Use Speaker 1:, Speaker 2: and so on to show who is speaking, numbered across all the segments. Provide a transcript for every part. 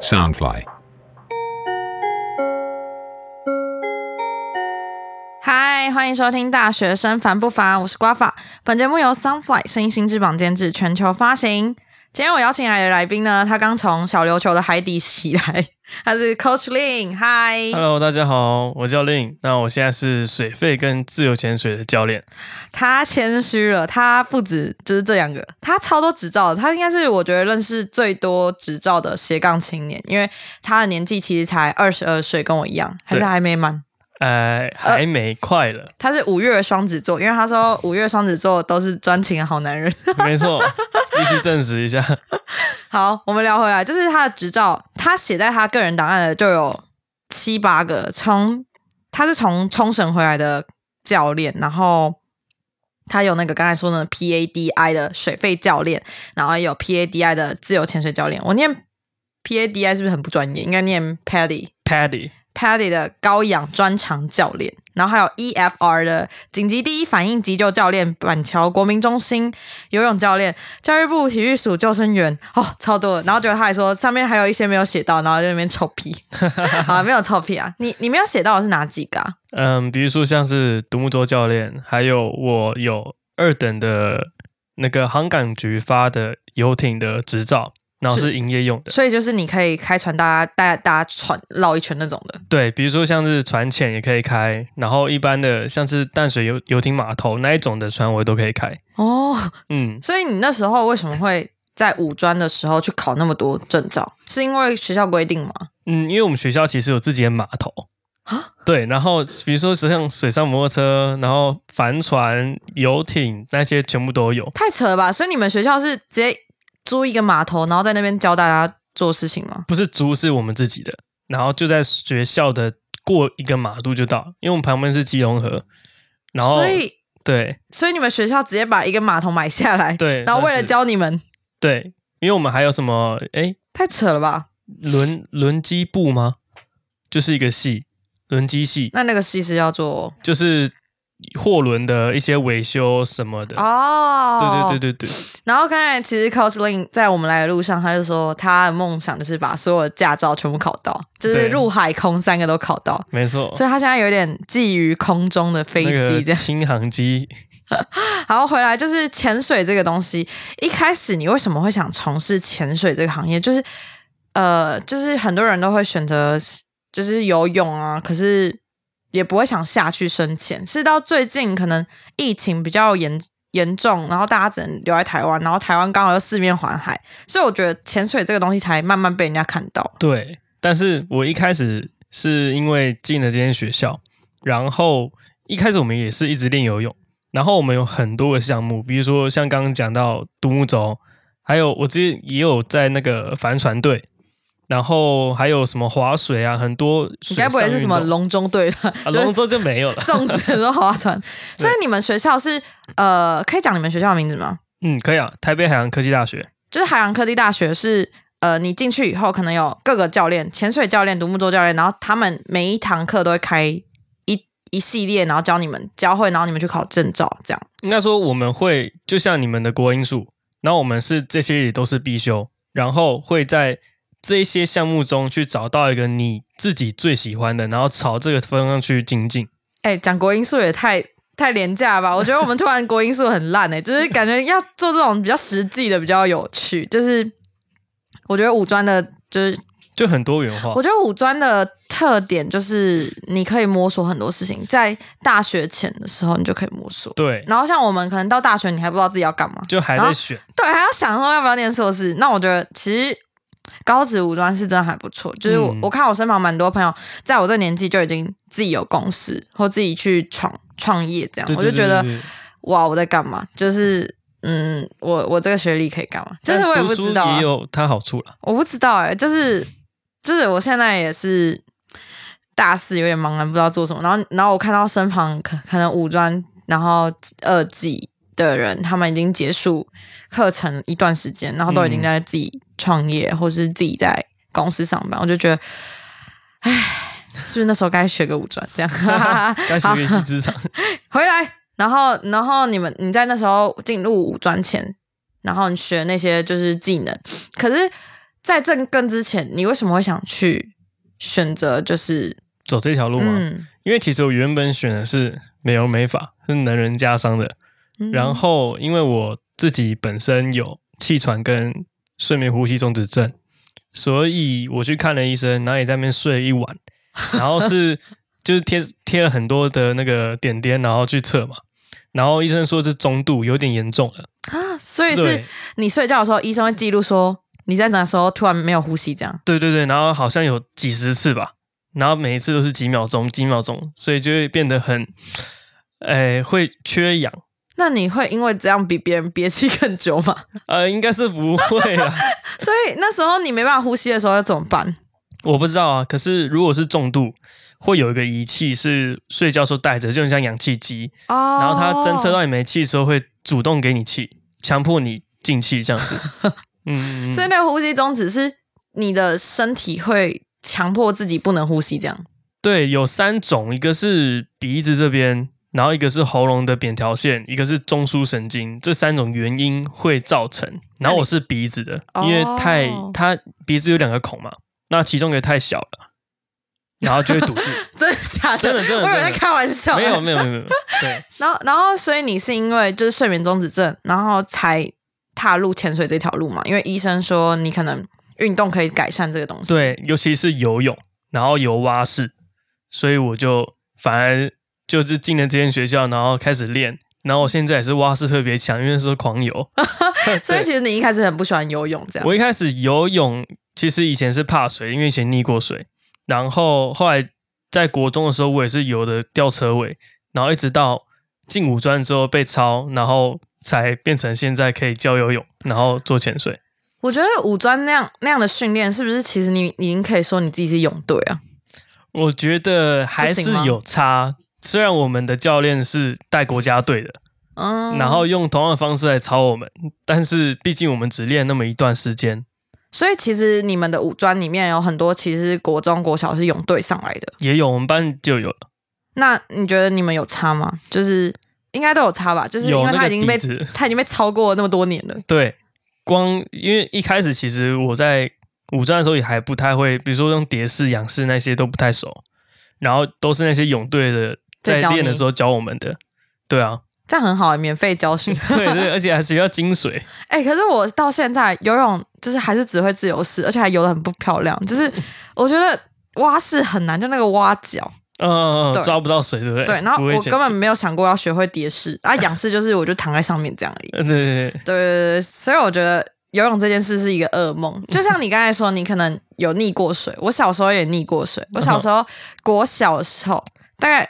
Speaker 1: Soundfly.
Speaker 2: 嗨，欢迎收听《大学生烦不烦》，我是瓜法。本节目由 Sunfly 声音新翅膀监制，全球发行。今天我邀请来的来宾呢，他刚从小琉球的海底起来，他是 Coach Lin。嗨，
Speaker 3: Hello，大家好，我叫令。那我现在是水肺跟自由潜水的教练。
Speaker 2: 他谦虚了，他不止就是这两个，他超多执照的，他应该是我觉得认识最多执照的斜杠青年，因为他的年纪其实才二十二岁，跟我一样，还是
Speaker 3: 对
Speaker 2: 还没满。
Speaker 3: 哎、还没快了，
Speaker 2: 他是五月双子座，因为他说五月双子座都是专情的好男人。
Speaker 3: 没错，必须证实一下。
Speaker 2: 好，我们聊回来，就是他的执照，他写在他个人档案的就有七八个，从他是从冲绳回来的教练，然后他有那个刚才说的 PADI 的水肺教练，然后也有 PADI 的自由潜水教练。我念 PADI 是不是很不专业？应该念 PADI。
Speaker 3: Paddy，
Speaker 2: Paddy 的高氧专长教练，然后还有 EFR 的紧急第一反应急救教练，板桥国民中心游泳教练，教育部体育署救生员，哦，超多的。然后结果他还说上面还有一些没有写到，然后在那边臭屁，好了，没有臭屁啊，你你没有写到的是哪几个、啊？
Speaker 3: 嗯，比如说像是独木舟教练，还有我有二等的那个航港局发的游艇的执照，然后
Speaker 2: 是
Speaker 3: 是营业用的。
Speaker 2: 所以就是你可以开船，大家大家大家船绕一圈那种的。
Speaker 3: 对，比如说像是船潜也可以开，然后一般的像是淡水游游艇码头那一种的船我都可以开。
Speaker 2: 哦，
Speaker 3: 嗯，
Speaker 2: 所以你那时候为什么会在五专的时候去考那么多证照？是因为学校规定吗？
Speaker 3: 嗯，因为我们学校其实有自己的码头
Speaker 2: 啊
Speaker 3: 对，然后比如说像水上摩托车，然后帆船、游艇那些全部都有。
Speaker 2: 太扯了吧！所以你们学校是直接租一个码头，然后在那边教大家做事情吗？
Speaker 3: 不是租是我们自己的，然后就在学校的过一个马路就到，因为我们旁边是基隆河，然后
Speaker 2: 所以，
Speaker 3: 对
Speaker 2: 所以你们学校直接把一个码头买下来，
Speaker 3: 对
Speaker 2: 然后为了
Speaker 3: 算是
Speaker 2: 教你们，
Speaker 3: 对，因为我们还有什么哎
Speaker 2: 太扯了吧？
Speaker 3: 轮轮机部吗？就是一个系轮机系，
Speaker 2: 那那个系是要做
Speaker 3: 就是货轮的一些维修什么的。
Speaker 2: 哦，
Speaker 3: 对对
Speaker 2: 对。
Speaker 3: 对对对，
Speaker 2: 然后刚才其实 Coslin 在我们来的路上，他就说他的梦想就是把所有的驾照全部考到，就是
Speaker 3: 对
Speaker 2: 陆海空三个都考到，
Speaker 3: 没错。
Speaker 2: 所以他现在有点觊觎空中的飞
Speaker 3: 那
Speaker 2: 机这
Speaker 3: 个
Speaker 2: 样。
Speaker 3: 轻航机，
Speaker 2: 然后回来就是潜水这个东西，一开始你为什么会想从事潜水这个行业？就是呃，就是很多人都会选择就是游泳啊，可是也不会想下去深潜，是到最近可能疫情比较严严重，然后大家只能留在台湾，然后台湾刚好又四面环海，所以我觉得潜水这个东西才慢慢被人家看到。
Speaker 3: 对，但是我一开始是因为进了这间学校，然后一开始我们也是一直练游泳，然后我们有很多个项目，比如说像刚刚讲到独木舟，还有我之前也有在那个帆船队，然后还有什么划水啊，很多
Speaker 2: 你
Speaker 3: 水
Speaker 2: 该
Speaker 3: 上运动。
Speaker 2: 不会是什么龙中队 吧？
Speaker 3: 啊
Speaker 2: 就是
Speaker 3: 龙舟就没有 了？
Speaker 2: 粽子都划船，所以你们学校是呃，可以讲你们学校的名字吗？
Speaker 3: 嗯，可以啊，台北海洋科技大学。
Speaker 2: 就是海洋科技大学是呃，你进去以后可能有各个教练，潜水教练、独木舟教练，然后他们每一堂课都会开一一系列，然后教你们教会，然后你们去考证照，这样。
Speaker 3: 应该说我们会就像你们的国英数，然后我们是这些也都是必修，然后会在这些项目中去找到一个你自己最喜欢的，然后朝这个方向去精进。
Speaker 2: 哎，讲国音素也太太廉价了吧？我觉得我们突然国音素很烂哎、就是感觉要做这种比较实际的比较有趣，就是我觉得五专的，就是
Speaker 3: 就很多元化
Speaker 2: 我。觉得五专的特点就是你可以摸索很多事情，在大学前的时候你就可以摸索。
Speaker 3: 对，
Speaker 2: 然后像我们可能到大学，你还不知道自己要干嘛，
Speaker 3: 就还在选。
Speaker 2: 对，还要想说要不要念硕士。那我觉得其实高职五专是真的还不错，就是我、
Speaker 3: 嗯
Speaker 2: 我看我身旁蛮多朋友，在我这年纪就已经自己有公司或自己去创创业这样，
Speaker 3: 对
Speaker 2: 我就觉得
Speaker 3: 对对对
Speaker 2: 哇，我在干嘛？就是嗯，我我这个学历可以干嘛？就是我也
Speaker 3: 但
Speaker 2: 不
Speaker 3: 读书
Speaker 2: 知道、啊
Speaker 3: 也，有它好 处啦。
Speaker 2: 我不知道哎、就是就是我现在也是大四，有点茫然，不知道做什么。然后然后我看到身旁可可能五专，然后二技的人，他们已经结束课程一段时间，然后都已经
Speaker 3: 嗯
Speaker 2: 在自己创业、或是自己在公司上班，我就觉得，唉，是不是那时候该学个五专这样？
Speaker 3: 该 学一技之长。
Speaker 2: 回来，然后然后你们你在那时候进入五专前，然后你学那些就是技能，可是在这更之前，你为什么会想去选择就是
Speaker 3: 走这条路吗？
Speaker 2: 嗯，
Speaker 3: 因为其实我原本选的是美容美发，是能人加商的。
Speaker 2: 嗯
Speaker 3: 然后因为我自己本身有气喘跟睡眠呼吸中止症，所以我去看了医生，然后也在那边睡了 一晚，然后是就是贴贴了很多的那个点点，然后去测嘛。然后医生说是中度，有点严重了。
Speaker 2: 啊，所以
Speaker 3: 对
Speaker 2: 是你睡觉的时候，医生会记录说哦你在哪时候突然没有呼吸，这样
Speaker 3: 对对对，然后好像有几十次吧，然后每一次都是几秒钟，几秒钟，所以就会变得很，哎，会缺氧。
Speaker 2: 那你会因为这样比别人憋气更久 吗？
Speaker 3: 呃，应该是不会啊，
Speaker 2: 所以那时候你没办法呼吸的时候要怎么办？
Speaker 3: 我不知道啊。可是如果是重度，会有一个仪器是睡觉时候带着，就很像氧气机，
Speaker 2: 哦，
Speaker 3: 然后它侦测，到你没气的时候会主动给你气，强迫你进气这 样子。嗯，嗯嗯
Speaker 2: 哦所以那个呼吸中只是你的身体会强迫自己不能呼吸，这样
Speaker 3: 对，有三种，一个是鼻子这边，然后一个是喉咙的扁条线，一个是中枢神经，这三种原因会造成。然后我是鼻子的，
Speaker 2: 那
Speaker 3: 因
Speaker 2: 你
Speaker 3: 为太
Speaker 2: 哦
Speaker 3: 它鼻子有两个孔嘛，那其中一个太小了，然后就会 堵住。
Speaker 2: 真的假的？
Speaker 3: 真的真的
Speaker 2: 我以为
Speaker 3: 真
Speaker 2: 在
Speaker 3: 的
Speaker 2: 开玩笑，
Speaker 3: 没有没有没有没有，对
Speaker 2: 然后，然后，所以你是因为就是睡眠中止症，然后才踏入潜水这条路嘛？因为医生说你可能运动可以改善这个东西。，
Speaker 3: 对，尤其是游泳，然后游蛙式，所以我就反而就是进了这间学校，然后开始练，然后我现在也是蛙式特别强，因为那时候狂游。
Speaker 2: 所以
Speaker 3: 对
Speaker 2: 其实你一开始很不喜欢游泳，这样。
Speaker 3: 我一开始游泳其实以前是怕水，因为以前溺过水，然后后来在国中的时候我也是游的吊车尾，然后一直到进五专之后被抄，然后才变成现在可以教游泳，然后做潜水。
Speaker 2: 我觉得武专那样那样的训练，是不是其实你你已经可以说你自己是泳队啊？
Speaker 3: 我觉得还
Speaker 2: 不
Speaker 3: 是
Speaker 2: 行吗
Speaker 3: 有差。虽然我们的教练是带国家队的，
Speaker 2: 嗯，
Speaker 3: 然后用同样的方式来操我们，但是毕竟我们只练那么一段时间，
Speaker 2: 所以其实你们的武专里面有很多其实国中、国小是泳队上来的。
Speaker 3: 也有我们班就有了，
Speaker 2: 那你觉得你们有差吗？就是应该都有差吧？就是因
Speaker 3: 有
Speaker 2: 为
Speaker 3: 那
Speaker 2: 他
Speaker 3: 个
Speaker 2: 已经被
Speaker 3: 底子。
Speaker 2: 他已经被超过那么多年了。
Speaker 3: 对，光因为一开始其实我在五战的时候也还不太会，比如说用蝶式、仰式那些都不太熟，然后都是那些泳队的在
Speaker 2: 在教
Speaker 3: 练的
Speaker 2: 你
Speaker 3: 时候教我们的。对啊，
Speaker 2: 这样很好、欸，免费教 学。
Speaker 3: 对对，而且还是要精髓。
Speaker 2: 哎、可是我到现在游泳就是还是只会自由式，而且还游的很不漂亮。就是 我觉得蛙式很难，就那个蛙脚。
Speaker 3: 嗯嗯，嗯
Speaker 2: 对
Speaker 3: 抓不到水，对不对？
Speaker 2: 对，然后
Speaker 3: 不会
Speaker 2: 我
Speaker 3: 潜
Speaker 2: 根本
Speaker 3: 进
Speaker 2: 没有想过要学会蝶式，啊，仰式就是我就躺在上面这样而已。
Speaker 3: 呃对对对，
Speaker 2: 对对对，所以我觉得游泳这件事是一个噩梦。就像你刚才说，你可能有溺过水，我小时候也溺过水。我小时候国小的时候，大概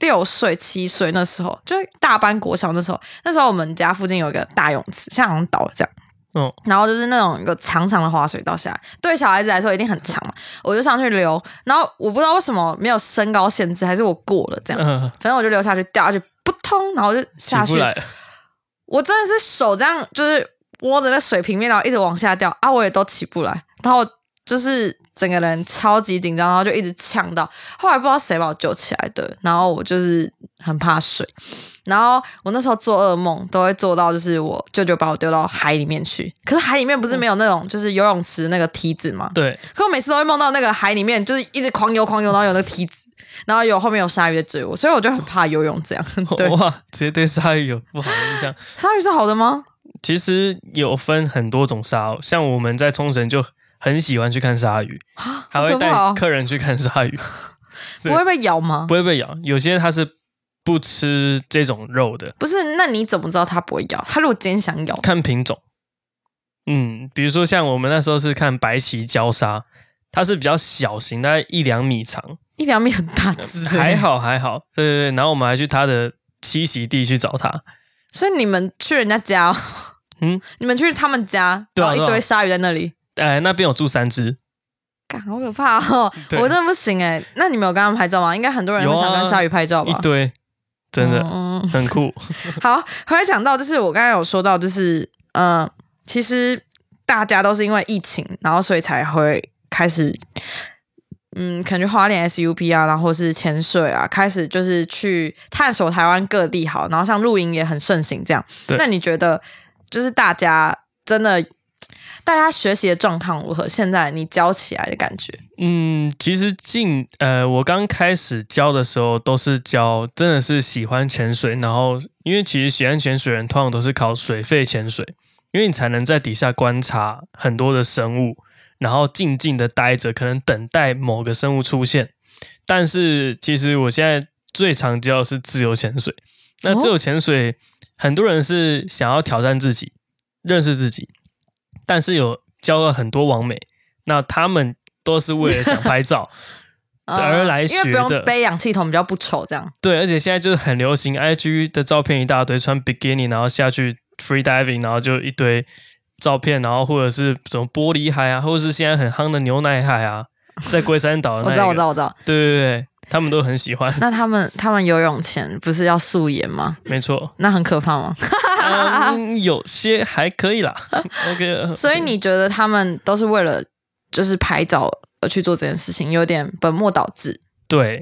Speaker 2: 六岁七岁那时候，就是大班国小那时候，那时候我们家附近有一个大泳池，像好像岛这样。
Speaker 3: 嗯
Speaker 2: 然后就是那种一个长长的滑水道下来，对小孩子来说一定很长嘛，我就上去溜，然后我不知道为什么没有身高限制，还是我过了这样，
Speaker 3: 嗯，
Speaker 2: 反正我就溜下去掉下去，扑通，然后就
Speaker 3: 起
Speaker 2: 下
Speaker 3: 不
Speaker 2: 去，
Speaker 3: 来了，
Speaker 2: 我真的是手这样就是窝着那水平面，然后一直往下掉啊，我也都起不来，然后就是整个人超级紧张，然后就一直呛到。后来不知道谁把我救起来的，然后我就是很怕水，然后我那时候做噩梦都会做到，就是我舅舅把我丢到海里面去，可是海里面不是没有那种就是游泳池那个梯子吗？
Speaker 3: 对，
Speaker 2: 可我每次都会梦到那个海里面，就是一直狂游狂游，然后有那个梯子，然后有后面有鲨鱼在追我，所以我就很怕游泳这样。 对，
Speaker 3: 哇，直接对鲨鱼有不好的印象。
Speaker 2: 鲨鱼是好的吗？
Speaker 3: 其实有分很多种鲨、哦，像我们在冲绳就很喜欢去看鲨鱼，还会带
Speaker 2: 好可怕哦
Speaker 3: 客人去看 鲨鱼，对
Speaker 2: 不会被咬吗？
Speaker 3: 不会被咬。有些它是不吃这种肉的，
Speaker 2: 不是，那你怎么知道它不会咬？它如果今天想咬，
Speaker 3: 看品种。嗯，比如说像我们那时候是看白鳍礁鲨，它是比较小型，大概一两 米长，
Speaker 2: 一两米很大只，
Speaker 3: 还。好还好。对对对，然后我们还去它的栖息地去找它。
Speaker 2: 所以你们去人家家、哦，
Speaker 3: 嗯，
Speaker 2: 你们去他们家，
Speaker 3: 对
Speaker 2: 然
Speaker 3: 啊
Speaker 2: 后一
Speaker 3: 对啊
Speaker 2: 堆鲨鱼在那里，
Speaker 3: 哎，那边有住三只，
Speaker 2: 干好可怕哦！
Speaker 3: 对
Speaker 2: 我真的不行哎。那你们有跟他们拍照吗？应该很多人会
Speaker 3: 有啊
Speaker 2: 想跟鲨鱼拍照
Speaker 3: 一
Speaker 2: 吧？
Speaker 3: 堆，真的、
Speaker 2: 嗯，嗯
Speaker 3: 很酷。
Speaker 2: 嗯好，回来讲到就是我刚才有说到，就是嗯、呃其实大家都是因为疫情，然后所以才会开始。嗯，可能去花莲 SUP 啊，然后是潜水啊，开始就是去探索台湾各地好，然后像露营也很盛行这样。
Speaker 3: 对
Speaker 2: 那你觉得就是大家真的大家学习的状况如何？现在你教起来的感觉，
Speaker 3: 嗯，其实进呃，我刚开始教的时候都是教，真的是喜欢潜水，然后因为其实喜欢潜水的人通常都是考水肺潜水，因为你才能在底下观察很多的生物，然后静静的待着，可能等待某个生物出现。但是其实我现在最常教的是自由潜水，那
Speaker 2: 哦
Speaker 3: 自由潜水、很多人是想要挑战自己，认识自己，但是有教了很多网美，那他们都是为了想 拍照，
Speaker 2: 呃
Speaker 3: 而来学
Speaker 2: 因为不
Speaker 3: 的
Speaker 2: 用背氧气筒比较不丑，这样
Speaker 3: 对，而且现在就是很流行 IG 的照片一大堆，穿 bikini 然后下去 free diving，然后就一堆照片，然后或者是什么玻璃海啊，或者是现在很夯的牛奶海 啊，在龟山岛的
Speaker 2: 我
Speaker 3: 哦那一
Speaker 2: 知道，我
Speaker 3: 个，
Speaker 2: 知道，我知道。
Speaker 3: 对对对，他们都很喜 欢，
Speaker 2: 那他们他们游泳前不是要素颜吗？
Speaker 3: 没错，
Speaker 2: 那很可怕吗？
Speaker 3: 嗯，有些还可以啦 ，OK，
Speaker 2: 所以你觉得他们都是为了就是拍照而去做这件事情，有点本末倒置。
Speaker 3: 对，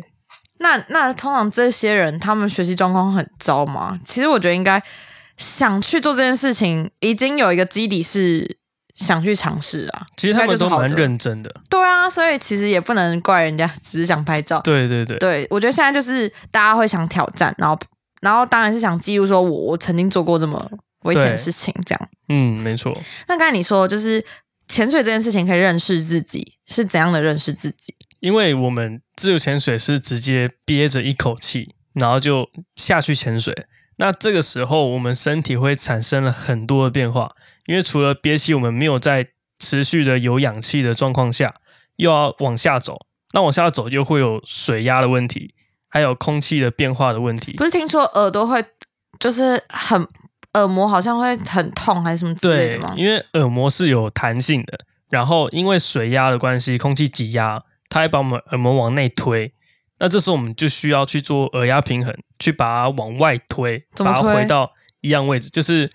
Speaker 2: 那那通常这些人他们学习状况很糟吗？其实我觉得应该想去做这件事情，已经有一个基底是想去尝试啊。
Speaker 3: 其实他们都蛮认真的，
Speaker 2: 对啊，所以其实也不能怪人家只是想拍照。
Speaker 3: 对对 对，
Speaker 2: 对，我觉得现在就是大家会想挑战，然后然后当然是想记录说我我曾经做过这么危险的
Speaker 3: 对
Speaker 2: 事情这样。
Speaker 3: 嗯，没错，
Speaker 2: 那刚才你说就是潜水这件事情可以认识自己，是怎样的认识自己？
Speaker 3: 因为我们自由潜水是直接憋着一口气，然后就下去潜水。那这个时候，我们身体会产生了很多的变化，因为除了憋气，我们没有在持续的有氧气的状况下，又要往下走。那往下走又会有水压的问题，还有空气的变化的问题
Speaker 2: 不。是听说耳朵会就是很耳膜好像会很痛还是什么之类的
Speaker 3: 对
Speaker 2: 吗，？
Speaker 3: 因为耳膜是有弹性的，然后因为水压的关系，空气挤压，它会把我们耳膜往内推。那这时候我们就需要去做耳压平衡，去把它往外推，
Speaker 2: 怎么
Speaker 3: 把它
Speaker 2: 推
Speaker 3: 回到一样位置，就是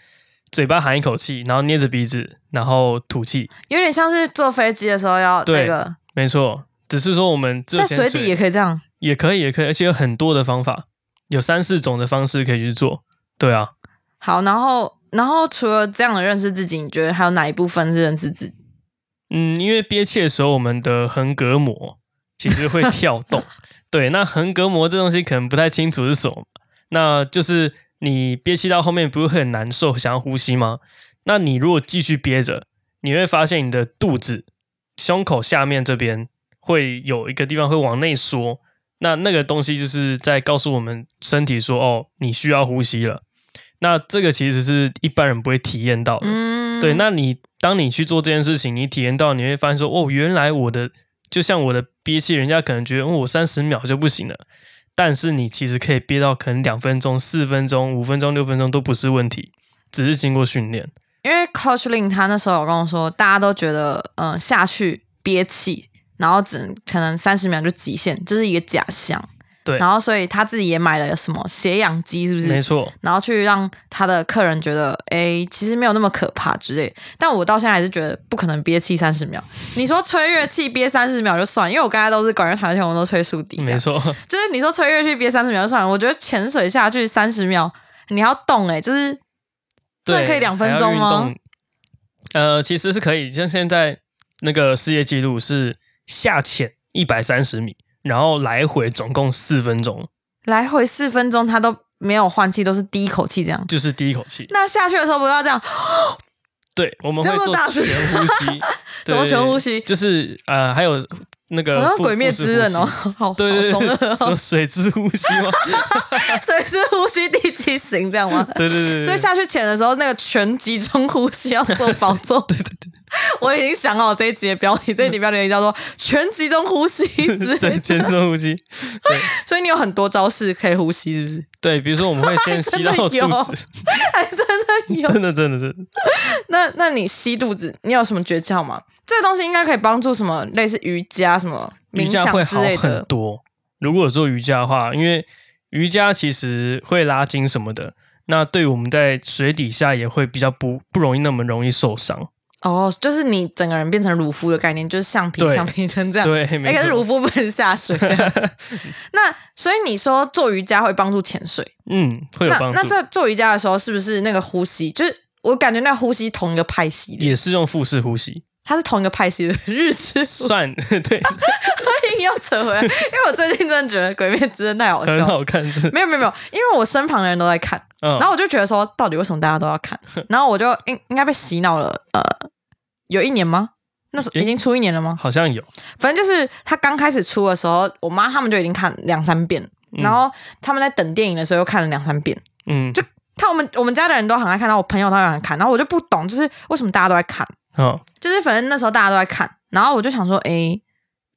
Speaker 3: 嘴巴含一口气，然后捏着鼻子，然后吐气。
Speaker 2: 有点像是坐飞机的时候要那
Speaker 3: 对
Speaker 2: 个
Speaker 3: 没错，只是说我们这
Speaker 2: 在水底也可以这样。
Speaker 3: 也可以，也可以，而且有很多的方法，有三四种的方式可以去做。对啊，
Speaker 2: 好，然后然后除了这样的认识自己，你觉得还有哪一部分是认识自己？
Speaker 3: 嗯，因为憋气的时候，我们的横膈膜其实会跳动。对，那横膈膜这东西可能不太清楚是什么，那就是你憋气到后面不是会很难受，想要呼吸吗？那你如果继续憋着，你会发现你的肚子、胸口下面这边会有一个地方会往内缩，那那个东西就是在告诉我们身体说：“哦，你需要呼吸了。”那这个其实是一般人不会体验到的。
Speaker 2: 嗯，
Speaker 3: 对，那你当你去做这件事情，你体验到，你会发现说，哦，原来我的就像我的憋气，人家可能觉得、哦、我三十秒就不行了，但是你其实可以憋到可能两分钟、四分钟、五分钟、六分钟都不是问题，只是经过训练。
Speaker 2: 因为 Coach Lin 他那时候有跟我说，大家都觉得，嗯、下去憋气，然后只能可能三十秒就极限，这、是一个假象。
Speaker 3: 对
Speaker 2: 然后所以他自己也买了什么血氧机，是不
Speaker 3: 没
Speaker 2: 是？
Speaker 3: 错，
Speaker 2: 然后去让他的客人觉得，哎，其实没有那么可怕之类。但我到现在还是觉得不可能憋气三十秒。你说吹乐器憋三十秒就算，因为我刚才都是管乐团前我都吹竖笛这样，
Speaker 3: 没错，
Speaker 2: 就是你说吹乐器憋三十秒就算了，我觉得潜水下去三十秒你要动、哎，就是这
Speaker 3: 对，
Speaker 2: 可以两分
Speaker 3: 还要
Speaker 2: 钟
Speaker 3: 运
Speaker 2: 吗
Speaker 3: 动？呃，其实是可以，像现在那个世界纪录是下潜一百三十米，然后来回总共四分钟，
Speaker 2: 来回四分钟，他都没有换气，都是第一口气这样。
Speaker 3: 就是第一口气。
Speaker 2: 那下去的时候不要这样，
Speaker 3: 对，我们会
Speaker 2: 叫做
Speaker 3: 做
Speaker 2: 大
Speaker 3: 全
Speaker 2: 师
Speaker 3: 呼吸，
Speaker 2: 怎么
Speaker 3: 对
Speaker 2: 全呼吸
Speaker 3: 就是呃，还有那个
Speaker 2: 好像
Speaker 3: 呃腹
Speaker 2: 鬼灭之刃哦，，
Speaker 3: 腹式 呼吸
Speaker 2: 好好
Speaker 3: 对对
Speaker 2: 中二
Speaker 3: 对， 什么
Speaker 2: 哦，
Speaker 3: 水之呼吸吗？
Speaker 2: 所以是呼吸第七型这样吗？
Speaker 3: 对对对对，
Speaker 2: 所以下去潜的时候，那个全集中呼吸要做保 重。对对对，我已经想好这一集的标题，这一集标题叫做“全集中呼吸”之 类
Speaker 3: 对
Speaker 2: 的。
Speaker 3: 全身呼吸，对
Speaker 2: 所以你有很多招式可以呼吸，是不是？
Speaker 3: 对，比如说我们会先吸
Speaker 2: 真
Speaker 3: 到
Speaker 2: 的
Speaker 3: 肚
Speaker 2: 有
Speaker 3: 子，
Speaker 2: 还真的有。
Speaker 3: 真的真的真的，
Speaker 2: 那那你吸肚子，你有什么诀窍吗？这个东西应该可以帮助什么类似瑜伽、什么
Speaker 3: 瑜
Speaker 2: 冥
Speaker 3: 伽会
Speaker 2: 想之
Speaker 3: 好
Speaker 2: 类
Speaker 3: 很
Speaker 2: 的。
Speaker 3: 多。如果有做瑜伽的话，因为瑜伽其实会拉筋什么的，那对我们在水底下也会比较不不容易那么容易受伤。
Speaker 2: 哦，就是你整个人变成乳夫的概念，就是橡皮
Speaker 3: 对
Speaker 2: 橡皮人这样。
Speaker 3: 对，
Speaker 2: 哎，
Speaker 3: 没
Speaker 2: 可是乳夫
Speaker 3: 错。
Speaker 2: 不能下水这 样。那所以你说做瑜伽会帮助潜水？
Speaker 3: 嗯，会有
Speaker 2: 那
Speaker 3: 帮助
Speaker 2: 那。在做瑜伽的时候，是不是那个呼吸？就是我感觉那呼吸同一个派系的，
Speaker 3: 也是用腹式呼吸，
Speaker 2: 他是同一个派系的日 之所
Speaker 3: 算对，
Speaker 2: 以要扯回来，因为我最近真的觉得《鬼灭之刃》太好笑
Speaker 3: 很
Speaker 2: 了。
Speaker 3: 好看是，
Speaker 2: 没有没有没有，因为我身旁的人都在看，
Speaker 3: 嗯
Speaker 2: 然，后我就觉得说，到底为什么大家都要 看？然后我就应应该被洗脑了，呃，有一年吗？那时候
Speaker 3: 诶
Speaker 2: 已经出一年了吗？
Speaker 3: 好像有，
Speaker 2: 反正就是他刚开始出的时候，我妈他们就已经看两三遍了，
Speaker 3: 嗯
Speaker 2: 然后他们在等电影的时候又看了两三遍。
Speaker 3: 嗯，
Speaker 2: 就他我们我们家的人都很爱看，然后我朋友他也很爱看，然后我就不懂，就是为什么大家都在看，
Speaker 3: 好，
Speaker 2: 就是反正那时候大家都在看，然后我就想说，诶，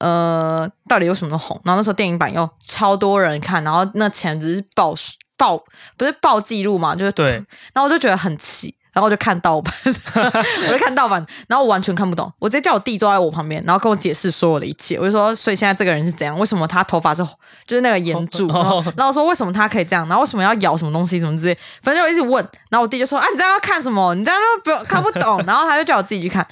Speaker 2: 呃，到底有什么红？然后那时候电影版又超多人看，然后那简直是爆爆不是爆记录嘛，就是
Speaker 3: 对，
Speaker 2: 然后我就觉得很气，然后我就看盗版， 我就看盗版，然后我完全看不懂。我直接叫我弟坐在我旁边，然后跟我解释所有的一切。我就说，所以现在这个人是怎样？为什么他头发是就是那个眼柱？
Speaker 3: 哦
Speaker 2: 然后然后我说为什么他可以这样？然后为什么要咬什么东西？什么之类，反正我一直问。然后我弟就说：“啊，你这样要看什么？你这样都不用看不懂。”然后他就叫我自己去看。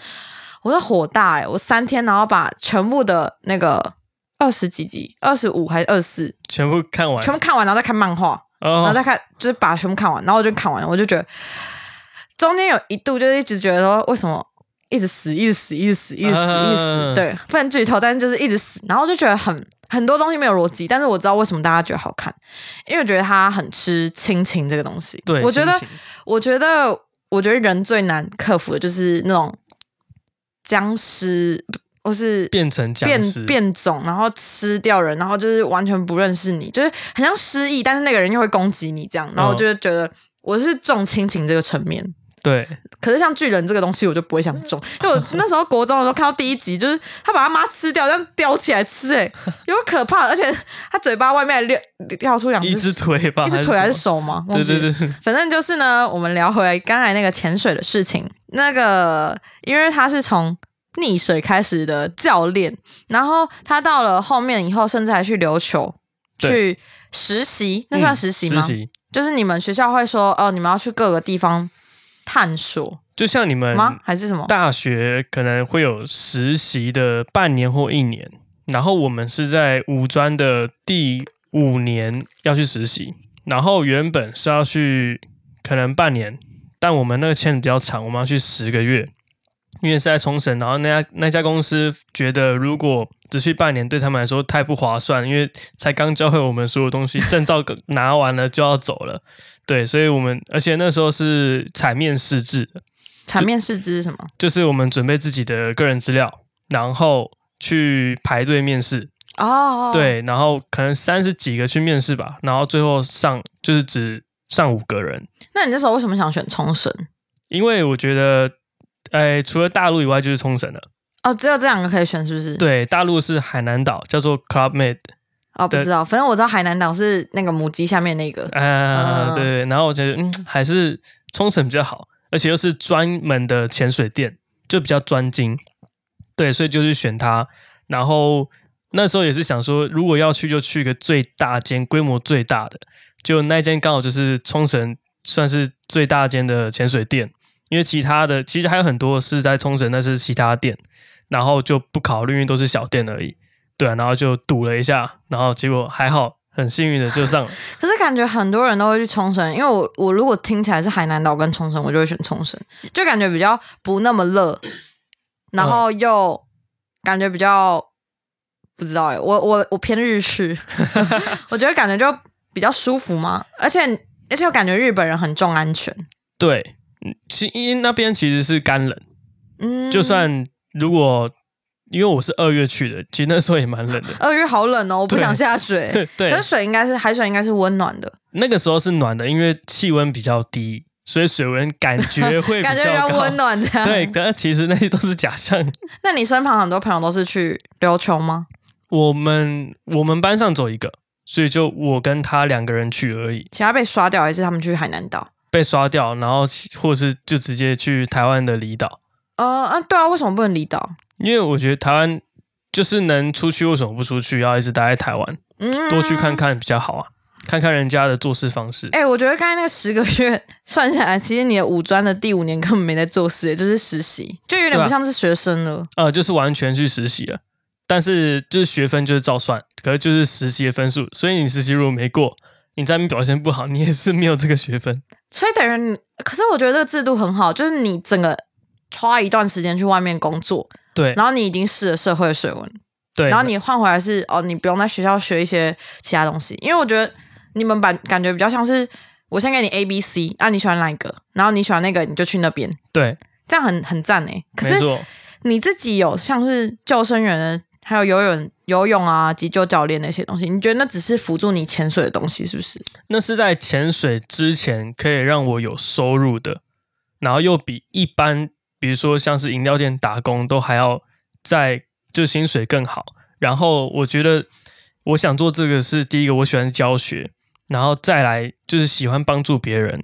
Speaker 2: 我说火大哎、我三天然后把全部的那个二十几集、二十五还是二十四
Speaker 3: 全部看完
Speaker 2: 全，部看完，然后再看漫画。 然后
Speaker 3: 哦，
Speaker 2: 再看，就是把全部看完，然后我就看完了，我就觉得中间有一度就是一直觉得说为什么一直死，一直死，一直死，一直死，一直死，
Speaker 3: 嗯
Speaker 2: 对，不能剧透，但是就是一直死，然后就觉得很很多东西没有逻辑，但是我知道为什么大家觉得好看，因为我觉得它很吃亲情这个东西，
Speaker 3: 对，
Speaker 2: 我觉得
Speaker 3: 心情
Speaker 2: 我觉得，我觉得人最难克服的就是那种僵尸，不或是
Speaker 3: 变成僵
Speaker 2: 变
Speaker 3: 尸
Speaker 2: 变种，然后吃掉人，然后就是完全不认识你，就是很像失忆，但是那个人又会攻击你这样，然后我
Speaker 3: 嗯
Speaker 2: 就觉得我是重亲情这个层面。
Speaker 3: 对，
Speaker 2: 可是像巨人这个东西，我就不会想中，因为我那时候国中的时候看到第一集，就是他把他妈吃掉，这样叼起来吃、欸，哎，有点可怕，而且他嘴巴外面还掉掉出两只
Speaker 3: 一只腿吧，
Speaker 2: 一只腿还是
Speaker 3: 什
Speaker 2: 手吗？
Speaker 3: 么
Speaker 2: 忘
Speaker 3: 对
Speaker 2: 记了
Speaker 3: 对对，
Speaker 2: 反正就是呢，我们聊回刚才那个潜水的事情。那个，因为他是从溺水开始的教练，然后他到了后面以后，甚至还去琉球
Speaker 3: 对嗯
Speaker 2: 去实习，那算实习吗？
Speaker 3: 实习
Speaker 2: 就是你们学校会说，哦，你们要去各个地方探索
Speaker 3: 就像你们
Speaker 2: 吗？还是什么？
Speaker 3: 大学可能会有实习的半年或一年，然后我们是在五专的第五年要去实习，然后原本是要去可能半年，但我们那个签比较长，我们要去十个月，因为是在冲绳，然后那家那家公司觉得如果只去半年对他们来说太不划算，因为才刚教会我们所有东西，证照拿完了就要走了，对，所以我们而且那时候是采面试制的。
Speaker 2: 产面试之什么？
Speaker 3: 就是我们准备自己的个人资料，然后去排队面试，
Speaker 2: 哦哦，哦，
Speaker 3: 对，然后可能三十几个去面试吧，然后最后上就是只上五个人，
Speaker 2: 那你那时候为什么想选冲绳？
Speaker 3: 因为我觉得，哎，除了大陆以外就是冲绳了，
Speaker 2: 哦，只有这两个可以选，是不是？，
Speaker 3: 对，大陆是海南岛，叫做 Club Med，
Speaker 2: 哦，不
Speaker 3: 对
Speaker 2: 知道，反正我知道海南岛是那个母鸡下面那个，
Speaker 3: 啊、
Speaker 2: 嗯
Speaker 3: 对，然后我觉得嗯，还是冲绳比较好，而且又是专门的潜水店，就比较专精。对，所以就是选它。然后那时候也是想说，如果要去就去一个最大间、规模最大的。就那间刚好就是冲绳算是最大间的潜水店，因为其他的其实还有很多是在冲绳，那是其他店，然后就不考虑，因为都是小店而已。对啊、然后就赌了一下，然后结果还好，很幸运的就上了。
Speaker 2: 可是感觉很多人都会去冲绳，因为我我如果听起来是海南岛跟冲绳，我就会选冲绳，就感觉比较不那么热，
Speaker 3: 嗯
Speaker 2: 然后又感觉比较不知道哎、我我我偏日式， 我觉得感觉就比较舒服嘛，而且而且我感觉日本人很重安全，
Speaker 3: 对，嗯其因为那边其实是干冷，
Speaker 2: 嗯，
Speaker 3: 就算如果因为我是二月去的，其实那时候也蛮冷的。
Speaker 2: 二月好冷哦，我不
Speaker 3: 对
Speaker 2: 想下水，可
Speaker 3: 对
Speaker 2: 是，水应该是海水应该是温暖的，
Speaker 3: 那个时候是暖的，因为气温比较低，所以水温感觉 会
Speaker 2: 感
Speaker 3: 比
Speaker 2: 觉比
Speaker 3: 较
Speaker 2: 较
Speaker 3: 高。
Speaker 2: 温暖啊这样。
Speaker 3: 对，但其实那些都是假象。
Speaker 2: 那你身旁很多朋友都是去琉球吗？
Speaker 3: 我们我们班上走一个，所以就我跟他两个人去而已，
Speaker 2: 其他被刷掉还是他们去海南岛？
Speaker 3: 被刷掉，然后或是就直接去台湾的离岛，
Speaker 2: 呃，啊，对啊，为什么不能离岛？
Speaker 3: 因为我觉得台湾就是能出去，为什么不出去？要一直待在台湾？
Speaker 2: 嗯，
Speaker 3: 多去看。看比较好啊，看看人家的做事方式。
Speaker 2: 哎、我觉得刚才那个十个月算下来，其实你的五专的第五年根本没在做事，就是实习，就有点
Speaker 3: 对啊
Speaker 2: 不像是学生了。
Speaker 3: 呃，就是完全去实习了，但是就是学分就是照算，可是就是实习的分数，所以你实习如果没过，你在那边表现不好，你也是没有这个学分。
Speaker 2: 所以等于你，可是我觉得这个制度很好，就是你整个花一段时间去外面工作，
Speaker 3: 对
Speaker 2: 然后你已经试了社会水温，
Speaker 3: 对，
Speaker 2: 然后你换回来是哦，你不用在学校学一些其他东西，因为我觉得你们感感觉比较像是我先给你 A B C，啊你喜欢哪一个，然后你喜欢那个你就去那边，
Speaker 3: 对，
Speaker 2: 这样很很赞诶。可
Speaker 3: 没
Speaker 2: 是
Speaker 3: 错，
Speaker 2: 你自己有像是救生员的，还有游泳游泳啊、急救教练那些东西，你觉得那只是辅助你潜水的东西，是不是？
Speaker 3: 那是在潜水之前可以让我有收入的，然后又比一般，比如说像是饮料店打工都还要在就薪水更好。然后我觉得我想做这个是第一个，我喜欢教学，然后再来就是喜欢帮助别人。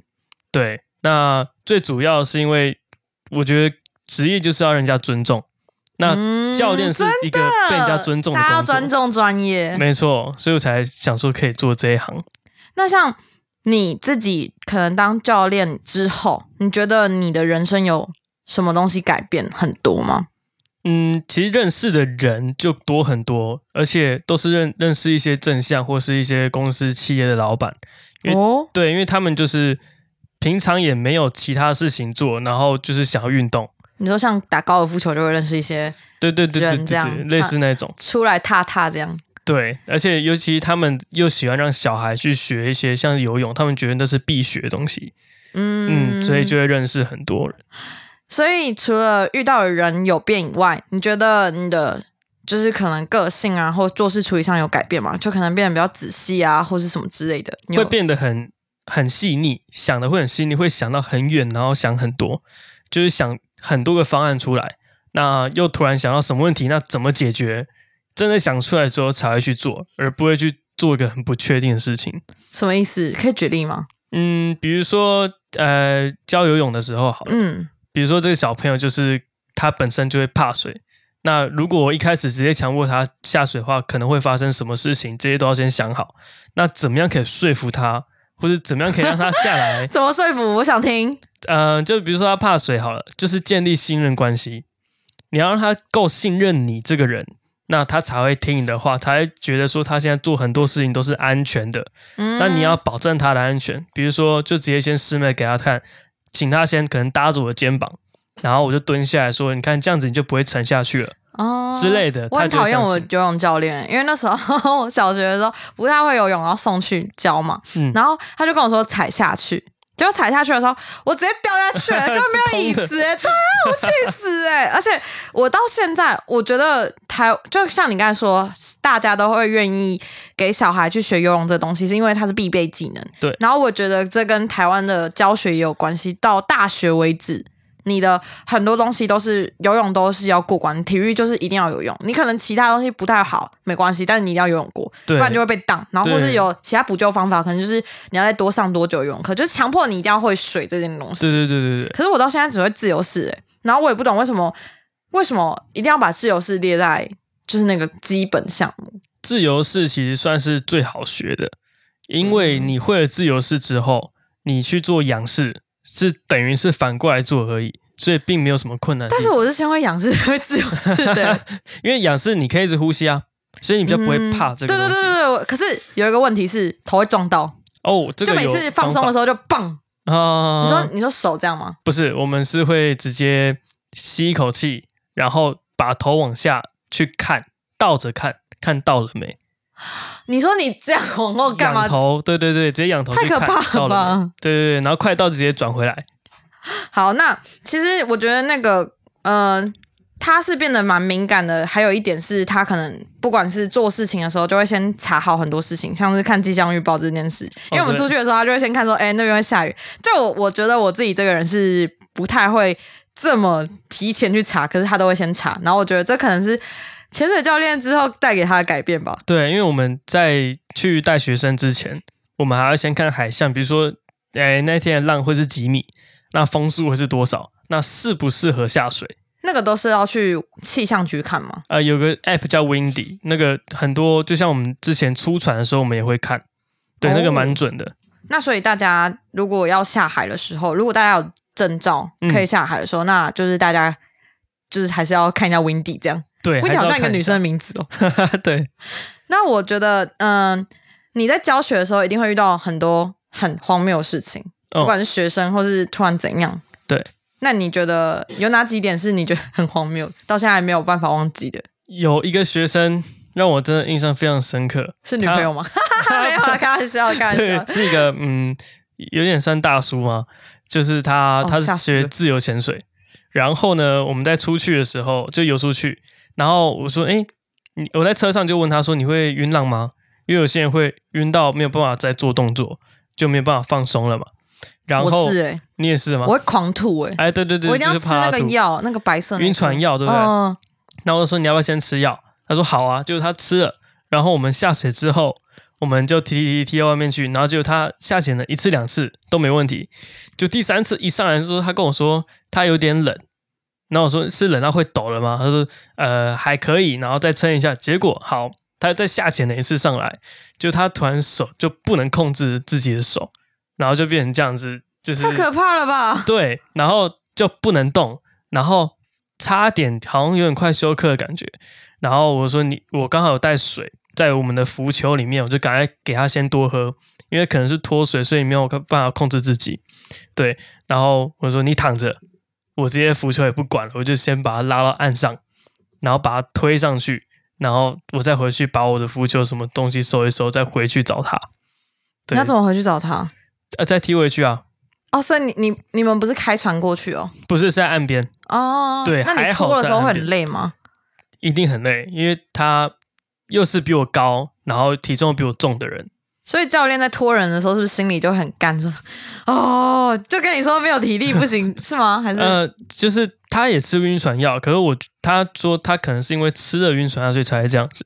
Speaker 3: 对，那最主要是因为我觉得职业就是要人家尊重。那
Speaker 2: 嗯
Speaker 3: 呃教练是一个被人家尊重的
Speaker 2: 大家要
Speaker 3: 工作
Speaker 2: 尊重专业。
Speaker 3: 没错，所以我才想说可以做这一行。
Speaker 2: 那像你自己可能当教练之后，你觉得你的人生有什么东西改变很多吗？
Speaker 3: 嗯，其实认识的人就多很多，而且都是认认识一些正向或是一些公司企业的老板。因为
Speaker 2: 哦，
Speaker 3: 对，因为他们就是平常也没有其他事情做，然后就是想要运动。
Speaker 2: 你说像打高尔夫球就会认识一些
Speaker 3: 对对对对
Speaker 2: 人
Speaker 3: 对
Speaker 2: 这样嗯
Speaker 3: 对，类似那种。
Speaker 2: 出来踏踏这样，
Speaker 3: 对，而且尤其他们又喜欢让小孩去学一些像游泳，他们觉得那是必学的东西。
Speaker 2: 嗯
Speaker 3: 嗯，所以就会认识很多人。
Speaker 2: 所以除了遇到的人有变以外，你觉得你的就是可能个性啊，或做事处理上有改变吗？就可能变得比较仔细啊，或是什么之类的。你有
Speaker 3: 会变得很很细腻，想的会很细腻，会想到很远，然后想很多，就是想很多个方案出来。那又突然想到什么问题，那怎么解决？真的想出来之后才会去做，而不会去做一个很不确定的事情。
Speaker 2: 什么意思？可以举例吗？
Speaker 3: 嗯，比如说呃，教游泳的时候好了，
Speaker 2: 嗯，
Speaker 3: 比如说这个小朋友就是他本身就会怕水，那如果我一开始直接强迫他下水的话，可能会发生什么事情，这些都要先想好。那怎么样可以说服他，或者怎么样可以让他 下来？
Speaker 2: 怎么说服？我想听。
Speaker 3: 呃，就比如说他怕水好了，就是建立信任关系。你要让他够信任你这个人，那他才会听你的话，才会觉得说他现在做很多事情都是安全的。
Speaker 2: 嗯，
Speaker 3: 那你要保证他的安全，比如说就直接先示妹给他看，请他先可能搭着我的肩膀，然后我就蹲下来说：“你看这样子你就不会沉下去了。”
Speaker 2: 哦
Speaker 3: 之类的
Speaker 2: 我很
Speaker 3: 他就
Speaker 2: 讨厌
Speaker 3: 相
Speaker 2: 我
Speaker 3: 信
Speaker 2: 游泳教练，因为那时候 我小学的时候不太会游泳，然后送去教嘛，
Speaker 3: 嗯
Speaker 2: 然后他就跟我说踩下去。结果踩下去的时候，我直接掉下 去了，根本没有椅子、欸，对啊，我气死哎、 而且我到现在，我觉得台就像你刚才说，大家都会愿意给小孩去学游泳这东西，是因为它是必备技能。
Speaker 3: 对
Speaker 2: 然后我觉得这跟台湾的教学也有关系。到大学为止，你的很多东西都是游泳都是要过关，体育就是一定要游泳。你可能其他东西不太好，没关系，但是你一定要游泳过，不
Speaker 3: 对
Speaker 2: 然就会被挡。然后或是
Speaker 3: 对
Speaker 2: 有其他补救方法，可能就是你要再多上多久游泳课，就是强迫你一定要会水这件东西。
Speaker 3: 对对对对对，
Speaker 2: 可是我到现在只会自由式、欸，然后我也不懂为什么为什么一定要把自由式列在就是那个基本项目。
Speaker 3: 自由式其实算是最好学的，因为你会了自由式之后，你去做仰式是等于是反过来做而已，所以并没有什么困难的
Speaker 2: 但
Speaker 3: 地
Speaker 2: 是
Speaker 3: 方。
Speaker 2: 我是 先会仰式，才会自由式的。欸
Speaker 3: 因为仰式你可以一直呼吸啊，所以你比较不会
Speaker 2: 嗯
Speaker 3: 怕这
Speaker 2: 对
Speaker 3: 个
Speaker 2: 对
Speaker 3: 东西。
Speaker 2: 对对对，我可是有一个问题是头会撞到，
Speaker 3: 哦，这
Speaker 2: 就
Speaker 3: 个
Speaker 2: 每
Speaker 3: 有
Speaker 2: 次放松的时候就棒。
Speaker 3: 候啊，
Speaker 2: 你说你说手这样吗？
Speaker 3: 不是，我们是会直接吸一口气，然后把头往下去看，倒着看，看到了没？
Speaker 2: 你说你这样 往后哦干嘛
Speaker 3: 仰？头，对对对，直接仰头
Speaker 2: 太
Speaker 3: 去
Speaker 2: 可
Speaker 3: 看，
Speaker 2: 怕了
Speaker 3: 到了没？
Speaker 2: 吧！
Speaker 3: 对对对，然后快到直接转回来。
Speaker 2: 好，那其实我觉得那个，嗯、他是变得蛮敏感的。还有一点是他可能不管是做事情的时候，就会先查好很多事情，像是看气象预报这件事。因为我们
Speaker 3: 对
Speaker 2: 出去的时候，他就会先看说，哎、那边会下雨。就我我觉得我自己这个人是不太会这么提前去查，可是他都会先查。然后我觉得这可能是潜水教练之后带给他的改变吧。
Speaker 3: 对，因为我们在去带学生之前，我们还要先看海象，比如说，哎，那天的浪会是几米，那风速会是多少，那适不适合下水？
Speaker 2: 那个都是要去气象局看嘛。
Speaker 3: 呃，有个 app 叫 Windy，那个很多，就像我们之前出船的时候，我们也会看，对，那
Speaker 2: 哦
Speaker 3: 个蛮准的。
Speaker 2: 那所以大家如果要下海的时候，如果大家有证照
Speaker 3: 嗯
Speaker 2: 可以下海的时候，那就是大家就是还是要看一下 Windy 这样。
Speaker 3: 对，还
Speaker 2: Windy
Speaker 3: 是
Speaker 2: 好
Speaker 3: 要
Speaker 2: 像一个
Speaker 3: 看
Speaker 2: 女
Speaker 3: 下
Speaker 2: 生的，名字哦。
Speaker 3: 对，
Speaker 2: 那我觉得，嗯，你在教学的时候一定会遇到很多很荒谬的事情，
Speaker 3: 嗯
Speaker 2: 不管是学生或是突然怎样。
Speaker 3: 对，
Speaker 2: 那你觉得有哪几点是你觉得很荒谬，到现在还没有办法忘记的？
Speaker 3: 有一个学生让我真的印象非常深刻，
Speaker 2: 是女朋友吗？ 没有啦，开玩笑，开玩笑
Speaker 3: 对，。是一个嗯，有点算大叔吗？就是他，
Speaker 2: 哦
Speaker 3: 他是
Speaker 2: 吓死了
Speaker 3: 学自由潜水。然后呢，我们在出去的时候就游出去，然后我说：“哎，你我在车上就问他说你会晕浪吗？因为有些人会晕到没有办法再做动作，就没有办法放松了嘛。”然后
Speaker 2: 我是哎，
Speaker 3: 你也是吗
Speaker 2: 我？会狂吐哎，
Speaker 3: 哎，对对对，
Speaker 2: 我一定要
Speaker 3: 就是
Speaker 2: 吃
Speaker 3: 怕
Speaker 2: 那
Speaker 3: 他
Speaker 2: 个
Speaker 3: 吐
Speaker 2: 药，那个白色那个
Speaker 3: 晕船药，对不对？
Speaker 2: 嗯，
Speaker 3: 然后我就说你要不要先吃药？他说好啊，就是他吃了，然后我们下水之后，我们就提提提提到外面去，然后结果他下潜了一次两次都没问题，就第三次一上来的时候，他跟我说他有点冷，然后我说是冷到会抖了吗？他说呃还可以，然后再撑一下，结果好，他再下潜了一次上来，就他突然手就不能控制自己的手，然后就变成这样子，就是
Speaker 2: 太可怕了吧？
Speaker 3: 对，然后就不能动，然后差点好像有点快休克的感觉。然后我说你，我刚好有带水在我们的浮球里面，我就赶快给他先多喝，因为可能是脱水，所以没有办法控制自己。对，然后我说你躺着，我直接浮球也不管了，我就先把他拉到岸上，然后把他推上去，然后我再回去把我的浮球什么东西收一收，再回去找他。对
Speaker 2: 那，怎么回去找他？
Speaker 3: 呃，再踢回去啊，
Speaker 2: 哦，所以你你你们不是开船过去哦？
Speaker 3: 不是是在岸边。
Speaker 2: 哦，
Speaker 3: 对
Speaker 2: 那
Speaker 3: 还
Speaker 2: 你
Speaker 3: 好
Speaker 2: 吐的时候
Speaker 3: 在
Speaker 2: 会
Speaker 3: 那边
Speaker 2: 很累吗？
Speaker 3: 一定很累，因为他又是比我高，然后体重又比我重的人。
Speaker 2: 所以教练在拖人的时候，是不是心里就很干？说哦，就跟你说没有体力不行是 吗？还是、
Speaker 3: 呃，就是他也吃晕船药，可是我他说他可能是因为吃了晕船药，所以才会这样子。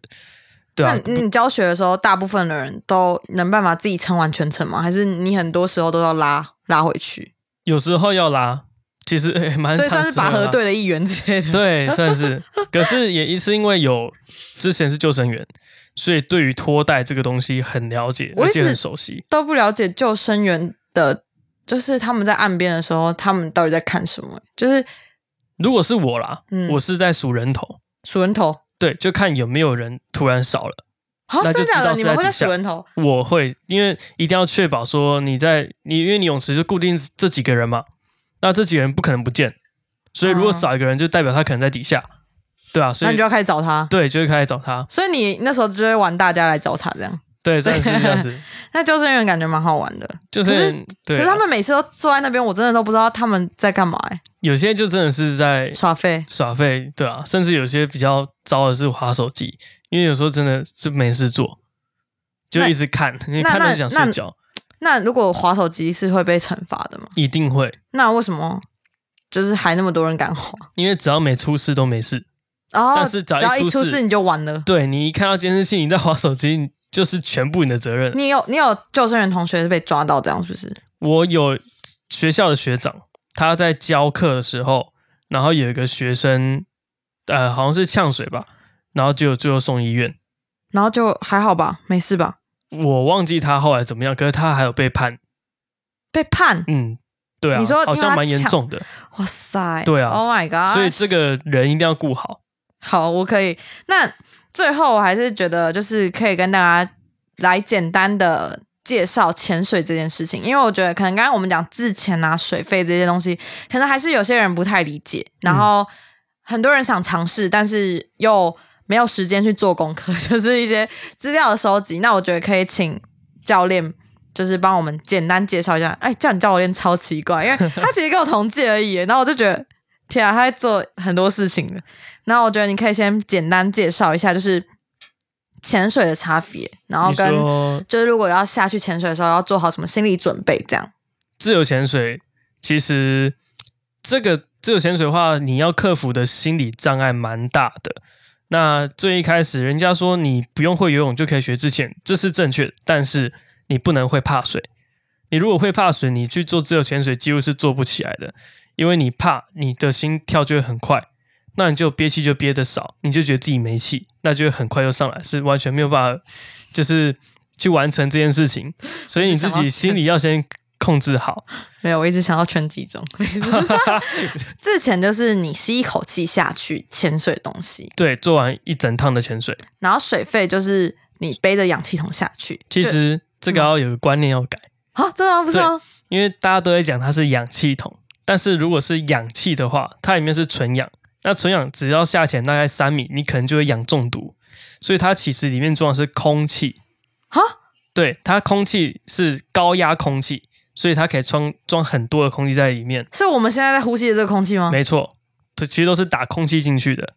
Speaker 3: 对
Speaker 2: 那
Speaker 3: 啊，
Speaker 2: 你你教学的时候，大部分的人都能办法自己撑完全程吗？还是你很多时候都要拉拉回去？
Speaker 3: 有时候要拉，其实哎蛮、
Speaker 2: 所以
Speaker 3: 常
Speaker 2: 算是拔
Speaker 3: 时候
Speaker 2: 河
Speaker 3: 拉
Speaker 2: 队的一员之类的。
Speaker 3: 对，算是。可是也是因为有之前是救生员，所以对于拖带这个东西很了解，
Speaker 2: 我
Speaker 3: 而
Speaker 2: 一直
Speaker 3: 且很熟悉。
Speaker 2: 都不了解救生员的，就是他们在岸边的时候，他们到底在看什么？就是
Speaker 3: 如果是我啦，
Speaker 2: 嗯
Speaker 3: 我是在数人头，
Speaker 2: 数人头
Speaker 3: 对，就看有没有人突然少了。
Speaker 2: 啊，
Speaker 3: 那就
Speaker 2: 真假的？
Speaker 3: 知道是
Speaker 2: 你们会
Speaker 3: 在
Speaker 2: 在
Speaker 3: 底下
Speaker 2: 数人头？
Speaker 3: 我会，因为一定要确保说你在你，因为你泳池就固定这几个人嘛，那这几个人不可能不见，所以如果
Speaker 2: 嗯
Speaker 3: 少一个人，就代表他可能在底下，对啊，所
Speaker 2: 那
Speaker 3: 以
Speaker 2: 你就要开始找他。
Speaker 3: 对，就会开始找他，
Speaker 2: 所以你那时候就会玩大家来找他这样，
Speaker 3: 对，算是这 样子，
Speaker 2: 那救生员感觉蛮好玩的。
Speaker 3: 就是
Speaker 2: 可
Speaker 3: 对
Speaker 2: 可
Speaker 3: 啊，
Speaker 2: 是他们每次都坐在那边，我真的都不知道他们在干嘛、欸，
Speaker 3: 有些就真的是在
Speaker 2: 耍废。
Speaker 3: 耍废，对啊，甚至有些比较糟的是划手机，因为有时候真的是没事做，就
Speaker 2: 那
Speaker 3: 一直看，你
Speaker 2: 那
Speaker 3: 看
Speaker 2: 那
Speaker 3: 了想睡
Speaker 2: 那
Speaker 3: 觉，
Speaker 2: 那如果划手机是会被惩罚的吗？
Speaker 3: 一定会，
Speaker 2: 那为什么就是还那么多人敢划？
Speaker 3: 因为只要没出事都没事，
Speaker 2: 哦，
Speaker 3: 但是
Speaker 2: 只
Speaker 3: 只要一
Speaker 2: 要一
Speaker 3: 出
Speaker 2: 出
Speaker 3: 事
Speaker 2: 事你就完了。
Speaker 3: 对你一看到监视器，你在划手机，你就是全部你的责任。
Speaker 2: 你有你有救生员同学是被抓到这样是不是？
Speaker 3: 我有学校的学长，他在教课的时候，然后有一个学生，呃，好像是呛水吧，然后就最后送医院。
Speaker 2: 然后就还好吧，没事吧？
Speaker 3: 我忘记他后来怎么样，可是他还有被判，
Speaker 2: 被判？
Speaker 3: 嗯，对啊，
Speaker 2: 你说因
Speaker 3: 好
Speaker 2: 为
Speaker 3: 像
Speaker 2: 他
Speaker 3: 蛮严
Speaker 2: 呛
Speaker 3: 重的，
Speaker 2: 哇塞！
Speaker 3: 对啊
Speaker 2: ，Oh my god！
Speaker 3: 所以这个人一定要顾好。
Speaker 2: 好，我可以。那最后我还是觉得，就是可以跟大家来简单的介绍潜水这件事情，因为我觉得可能刚刚我们讲自潜啊、水费这些东西，可能还是有些人不太理解，然后很多人想尝试，但是又没有时间去做功课， 就是一些资料的收集。那我觉得可以请教练。就是帮我们简单介绍一下，哎，叫你教练超奇怪，因为他其实跟我同届而已，然后我就觉得，天啊，他在做很多事情的。那我觉得啊你可以先简单介绍一下，就是潜水的差别，然后
Speaker 3: 你
Speaker 2: 哦跟
Speaker 3: 说
Speaker 2: 就是如果要下去潜水的时候，要做好什么心理准备，这样。
Speaker 3: 自由潜水，其实这个自由潜水的话，你要克服的心理障碍蛮大的。那最一开始，人家说你不用会游泳就可以学自潜，这是正确的，但是你不能会怕水。你如果会怕水，你去做自由潜水几乎是做不起来的，因为你怕，你的心跳就会很快，那你就憋气就憋得少，你就觉得自己没气，那就很快就上来，是完全没有办法，就是去完成这件事情。所以你自己心里要先控制好。
Speaker 2: 没有，我一直想到拳击 中。之前就是你吸一口气下去潜水的东西，
Speaker 3: 对，做完一整趟的潜水，
Speaker 2: 然后水肺就是你背着氧气筒下去。嗯
Speaker 3: 其实这个要有个观念要改，
Speaker 2: 对啊，真的吗？不是吗？
Speaker 3: 因为大家都在讲它是氧气筒，但是如果是氧气的话，它里面是纯氧，那纯氧只要下潜大概三米，你可能就会氧中毒，所以它其实里面装的是空气，
Speaker 2: 啊，
Speaker 3: 对，它空气是高压空气，所以它可以装装很多的空气在里面，
Speaker 2: 是我们现在在呼吸的这个空气吗？
Speaker 3: 没错，这其实都是打空气进去的。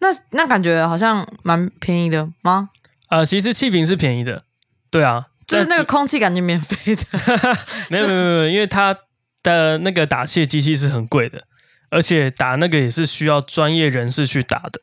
Speaker 2: 那那感觉好像蛮便宜的吗？
Speaker 3: 呃，其实气瓶是便宜的，对啊，
Speaker 2: 就是
Speaker 3: 但
Speaker 2: 那个空气感觉免费的
Speaker 3: 没有没有没有，因为它的那个打气的机器是很贵的，而且打那个也是需要专业人士去打的，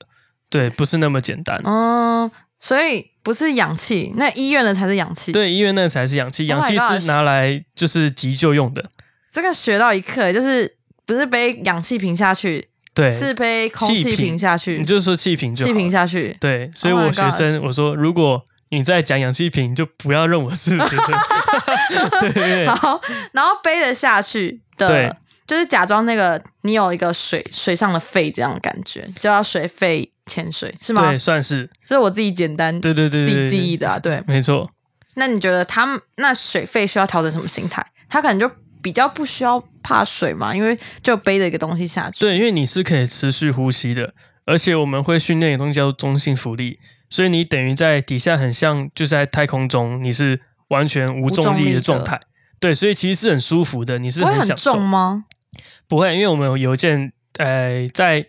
Speaker 3: 对，不是那么简单。
Speaker 2: 嗯，所以不是氧气，那医院的才是氧气。，
Speaker 3: 对，医院那才是氧气，
Speaker 2: Oh
Speaker 3: 氧
Speaker 2: my
Speaker 3: 气
Speaker 2: gosh
Speaker 3: 是拿来就是急救用的，
Speaker 2: 这个学到一课，就是不是背氧气瓶下去，
Speaker 3: 对，
Speaker 2: 是背空气
Speaker 3: 气
Speaker 2: 瓶
Speaker 3: 瓶
Speaker 2: 下去
Speaker 3: 你，就说气瓶就好
Speaker 2: 气
Speaker 3: 了
Speaker 2: 瓶下去。
Speaker 3: 对，所以
Speaker 2: Oh my
Speaker 3: 我学
Speaker 2: gosh
Speaker 3: 生我说，如果你在讲氧气瓶，就不要认我是学 生，对
Speaker 2: 然后然后背着下去的
Speaker 3: 对，
Speaker 2: 就是假装那个你有一个水水上的肺这样的感觉，就叫水肺潜水是吗
Speaker 3: 对，？算是，
Speaker 2: 这是我自己简单
Speaker 3: 对对对
Speaker 2: 自
Speaker 3: 对
Speaker 2: 己
Speaker 3: 对，
Speaker 2: 记忆
Speaker 3: 对
Speaker 2: 的啊，对。
Speaker 3: 没错。
Speaker 2: 那你觉得他们那水肺需要调整什么心态？他可能就比较不需要怕水嘛，因为就背着一个东西下去。
Speaker 3: 对，因为你是可以持续呼吸的，而且我们会训练一个东西叫做中性浮力，所以你等于在底下很像就是在太空中，你是完全无
Speaker 2: 无
Speaker 3: 重
Speaker 2: 重力
Speaker 3: 力
Speaker 2: 的
Speaker 3: 的状态。对，所以其实是很舒服的，你是
Speaker 2: 不会很
Speaker 3: 享受。
Speaker 2: 重吗？
Speaker 3: 不会，因为我们有一件呃，在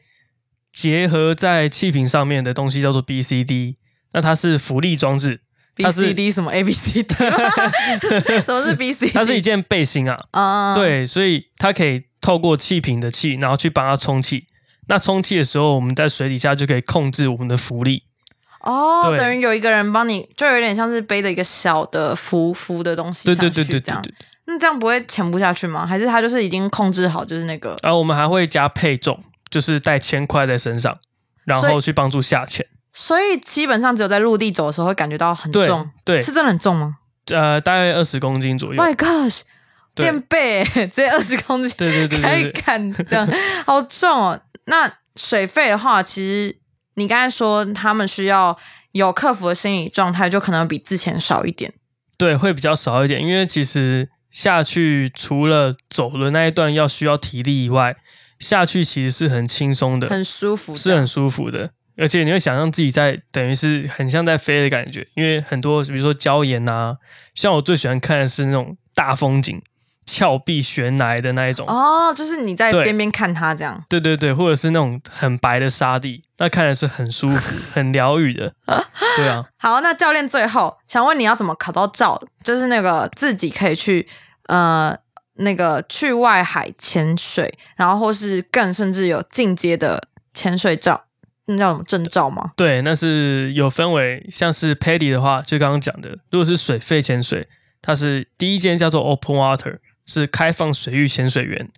Speaker 3: 结合在气瓶上面的东西叫做 BCD，那它是浮力装置，
Speaker 2: B
Speaker 3: 它是
Speaker 2: C D 什么 A B C D，什么是 B C D？
Speaker 3: 它是一件背心啊，
Speaker 2: 啊，
Speaker 3: 对，所以它可以透过气瓶的气，然后去帮它充气。那充气的时候，我们在水底下就可以控制我们的浮力。
Speaker 2: 哦，
Speaker 3: 对
Speaker 2: 等于有一个人帮你，就有点像是背着一个小的浮浮的东西
Speaker 3: 对
Speaker 2: 上去
Speaker 3: 对对
Speaker 2: 这
Speaker 3: 对对
Speaker 2: 样。
Speaker 3: 对。
Speaker 2: 那这样不会潜不下去吗？还是他就是已经控制好，就是那个，
Speaker 3: 然后我们还会加配重，就是带铅块在身上，然
Speaker 2: 所以
Speaker 3: 后去帮助下潜。
Speaker 2: 所以基本上只有在陆地走的时候会感觉到很
Speaker 3: 对
Speaker 2: 重，
Speaker 3: 对，
Speaker 2: 是真的很重吗
Speaker 3: 呃，大概二十公斤左右。
Speaker 2: ？My gosh，
Speaker 3: 对
Speaker 2: 变背直接二十公斤，
Speaker 3: 对对对
Speaker 2: 可以
Speaker 3: 对对，
Speaker 2: 看这样，好重哦。那水费的话，其实你刚才说他们需要有克服的心理状态，就可能比之前少一点。
Speaker 3: 对会比较少一点，因为其实下去除了走的那一段要需要体力以外，下去其实是很轻松的，
Speaker 2: 很舒服这
Speaker 3: 是
Speaker 2: 样，
Speaker 3: 很舒服的，而且你会想象自己在等于是很像在飞的感觉，因为很多比如说礁岩啊，像我最喜欢看的是那种大风景、峭壁悬崖的那一种，
Speaker 2: 哦，就是你在
Speaker 3: 对
Speaker 2: 边边看他这样，
Speaker 3: 对对对，或者是那种很白的沙地，那看来是很舒服、很疗愈的，对啊，
Speaker 2: 好，那教练最后想问你要怎么考到照，就是那个自己可以去呃那个去外海潜水，然后或是更甚至有进阶的潜水照，那叫什么证照吗？
Speaker 3: 对，那是有分为，像是 Paddy 的话，就刚刚讲的，如果是水肺潜水，它是第一间叫做 Open Water，是开放水域潜水员。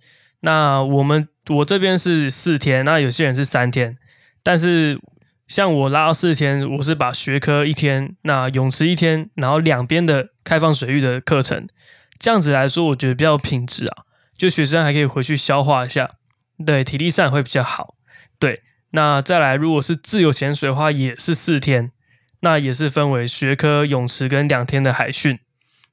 Speaker 3: 那我们我这边是四天，那有些人是三天，但是像我拉到四天，我是把学科一天，那泳池一天，然后两边的开放水域的课程，这样子来说，我觉得比较有品质啊，就学生还可以回去消化一下，对，体力上会比较好。那再来，如果是自由潜水的话，也是四天，那也是分为学科、泳池跟两天的海训，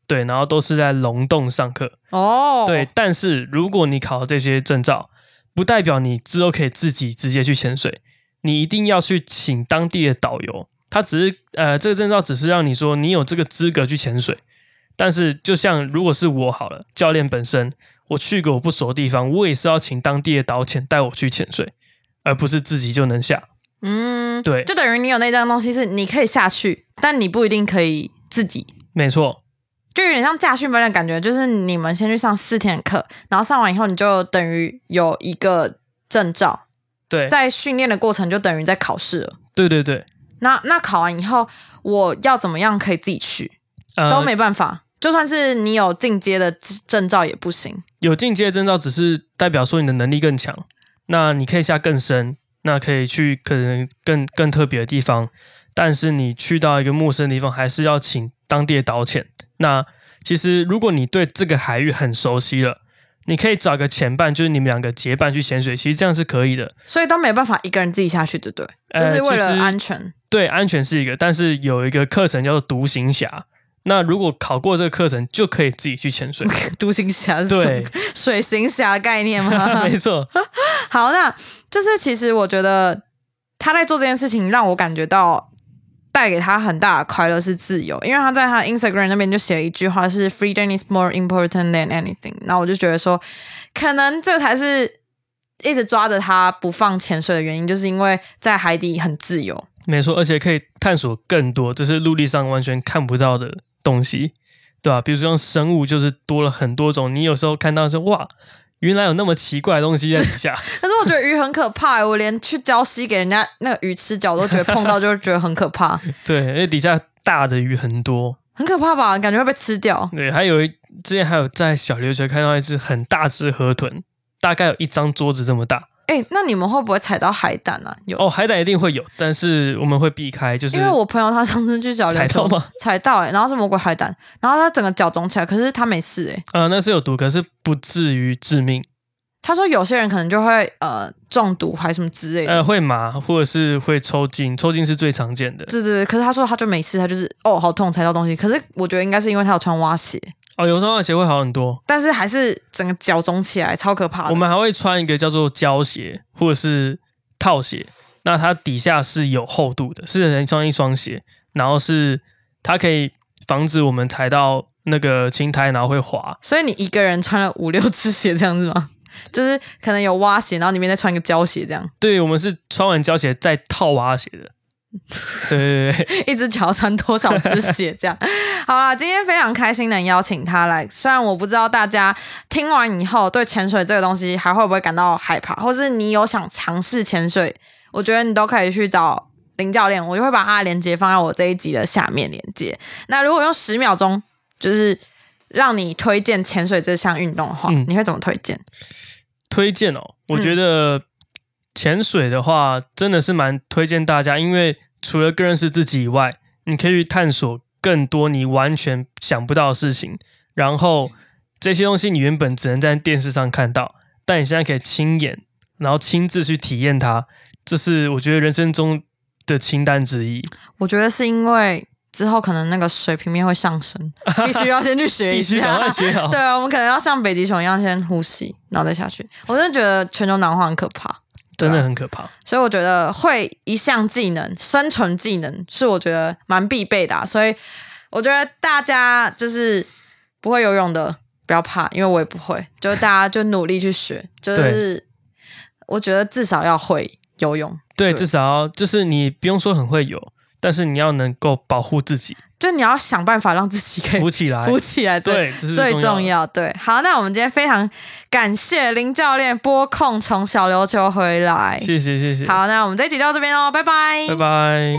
Speaker 3: 对，然后都是在龙洞上课，
Speaker 2: 哦，
Speaker 3: 对。，但是如果你考这些证照，不代表你之后可以自己直接去潜水，你一定要去请当地的导游，他只是呃，这个证照只是让你说你有这个资格去潜水，但是就像如果是我好了，教练本身，我去过我不熟的地方，我也是要请当地的导潜带我去潜水，而不是自己就能下。
Speaker 2: 嗯，
Speaker 3: 对
Speaker 2: 就等于你有那张东西是你可以下去，但你不一定可以自己。
Speaker 3: 没错，
Speaker 2: 就有点像驾训班的感觉，就是你们先去上四天的课，然后上完以后你就等于有一个证照，
Speaker 3: 对，
Speaker 2: 在训练的过程就等于在考试了。
Speaker 3: 对对对，
Speaker 2: 那那考完以后，我要怎么样可以自己去？
Speaker 3: 呃，
Speaker 2: 都没办法，就算是你有进阶的证照也不行。
Speaker 3: 有进阶的证照，只是代表说你的能力更强，那你可以下更深，那可以去可能更更特别的地方，但是你去到一个陌生的地方，还是要请当地的导潜。那其实如果你对这个海域很熟悉了，你可以找个前伴，就是你们两个结伴去潜水，其实这样是可以的。
Speaker 2: 所以都没办法一个人自己下去，对不对？
Speaker 3: 呃
Speaker 2: 就是为了
Speaker 3: 其实
Speaker 2: 安全。
Speaker 3: 对，安全是一个，但是有一个课程叫做独行侠，那如果考过这个课程，就可以自己去潜水。
Speaker 2: 独行侠是什
Speaker 3: 对
Speaker 2: 么，水行侠的概念吗？
Speaker 3: 没错，
Speaker 2: 好，那就是其实我觉得他在做这件事情，让我感觉到带给他很大的快乐是自由，因为他在他的 Instagram 那边就写了一句话是 “Freedom is more important than anything”，那我就觉得说，可能这才是一直抓着他不放潜水的原因，就是因为在海底很自由。
Speaker 3: 没错，而且可以探索更多，这是陆地上完全看不到的东西，对吧、比如说像生物，就是多了很多种，你有时候看到说哇，原来有那么奇怪的东西在底下。
Speaker 2: 可是我觉得鱼很可怕、我连去礁溪给人家那个鱼吃脚，我都觉得碰到就觉得很可怕，
Speaker 3: 对，因为底下大的鱼很多。
Speaker 2: 很可怕吧？感觉会被吃掉。
Speaker 3: 对，还有一之前还有在小琉球看到一只很大只河豚，大概有一张桌子这么大。
Speaker 2: 哎、那你们会不会踩到海胆啊？有
Speaker 3: 哦，海胆一定会有，但是我们会避开，就是
Speaker 2: 因为我朋友他上次去小
Speaker 3: 踩
Speaker 2: 琉
Speaker 3: 到
Speaker 2: 球
Speaker 3: 吗
Speaker 2: 踩到、欸，然后是魔鬼海胆，然后他整个脚肿起来，可是他没事哎、
Speaker 3: 呃那是有毒，可是不至于致命，
Speaker 2: 他说有些人可能就会呃中毒还什么之类的，
Speaker 3: 呃会麻或者是会抽筋，抽筋是最常见的。
Speaker 2: 对对对。可是他说他就没事，他就是哦好痛踩到东西，可是我觉得应该是因为他有穿蛙鞋，
Speaker 3: 哦，有双袜鞋会好很多。
Speaker 2: 但是还是整个脚肿起来，超可怕
Speaker 3: 我
Speaker 2: 的。
Speaker 3: 们还会穿一个叫做胶鞋或者是套鞋，那它底下是有厚度的，是人穿一双鞋，然后是它可以防止我们踩到那个青苔，然后会滑。
Speaker 2: 所以你一个人穿了五六只鞋这样子吗？ 就是可能有蛙鞋，然后里面再穿一个胶鞋，这样
Speaker 3: 对，我们是穿完胶鞋再套蛙鞋的。对对对对，
Speaker 2: 一只脚要穿多少只鞋这样。好啦，今天非常开心能邀请他来，虽然我不知道大家听完以后对潜水这个东西还会不会感到害怕，或是你有想尝试潜水，我觉得你都可以去找。林教练，我就会把他的链接放在我这一集的下面链接。那如果用十秒钟，就是让你推荐潜水这项运动的话，
Speaker 3: 嗯
Speaker 2: 你会怎么推荐？
Speaker 3: 推荐哦，我觉
Speaker 2: 嗯
Speaker 3: 得潜水的话真的是蛮推荐大家，因为除了更认识自己以外，你可以去探索更多你完全想不到的事情。然后这些东西你原本只能在电视上看到，但你现在可以亲眼，然后亲自去体验它，这是我觉得人生中的清单之一，
Speaker 2: 我觉得是因为之后可能那个水平面会上 升，必须要先去学
Speaker 3: 必
Speaker 2: 一
Speaker 3: 须赶
Speaker 2: 下
Speaker 3: 快。学 好
Speaker 2: 对。啊，我们可能要像北极熊一样先呼吸，然后再下去。我真的觉得全球暖化很可怕，
Speaker 3: 真的很可怕，
Speaker 2: 所以我觉得会一项技能，生存技能是我觉得蛮必备的啊、所以我觉得大家就是不会游泳的不要怕，因为我也不会，就是大家就努力去学，就是我觉得至少要会游泳。
Speaker 3: 对，
Speaker 2: 对
Speaker 3: 至少要就是你不用说很会游，但是你要能够保护自己，
Speaker 2: 就你要想办法让自己可以
Speaker 3: 浮起 来，
Speaker 2: 浮起来，
Speaker 3: 对，这是
Speaker 2: 最重
Speaker 3: 要的。
Speaker 2: 要。对，好，那我们今天非常感谢林教练拨空从小琉球回来。
Speaker 3: 谢谢谢谢，
Speaker 2: 好，那我们这一集就到这边哦，拜拜，
Speaker 3: 拜拜。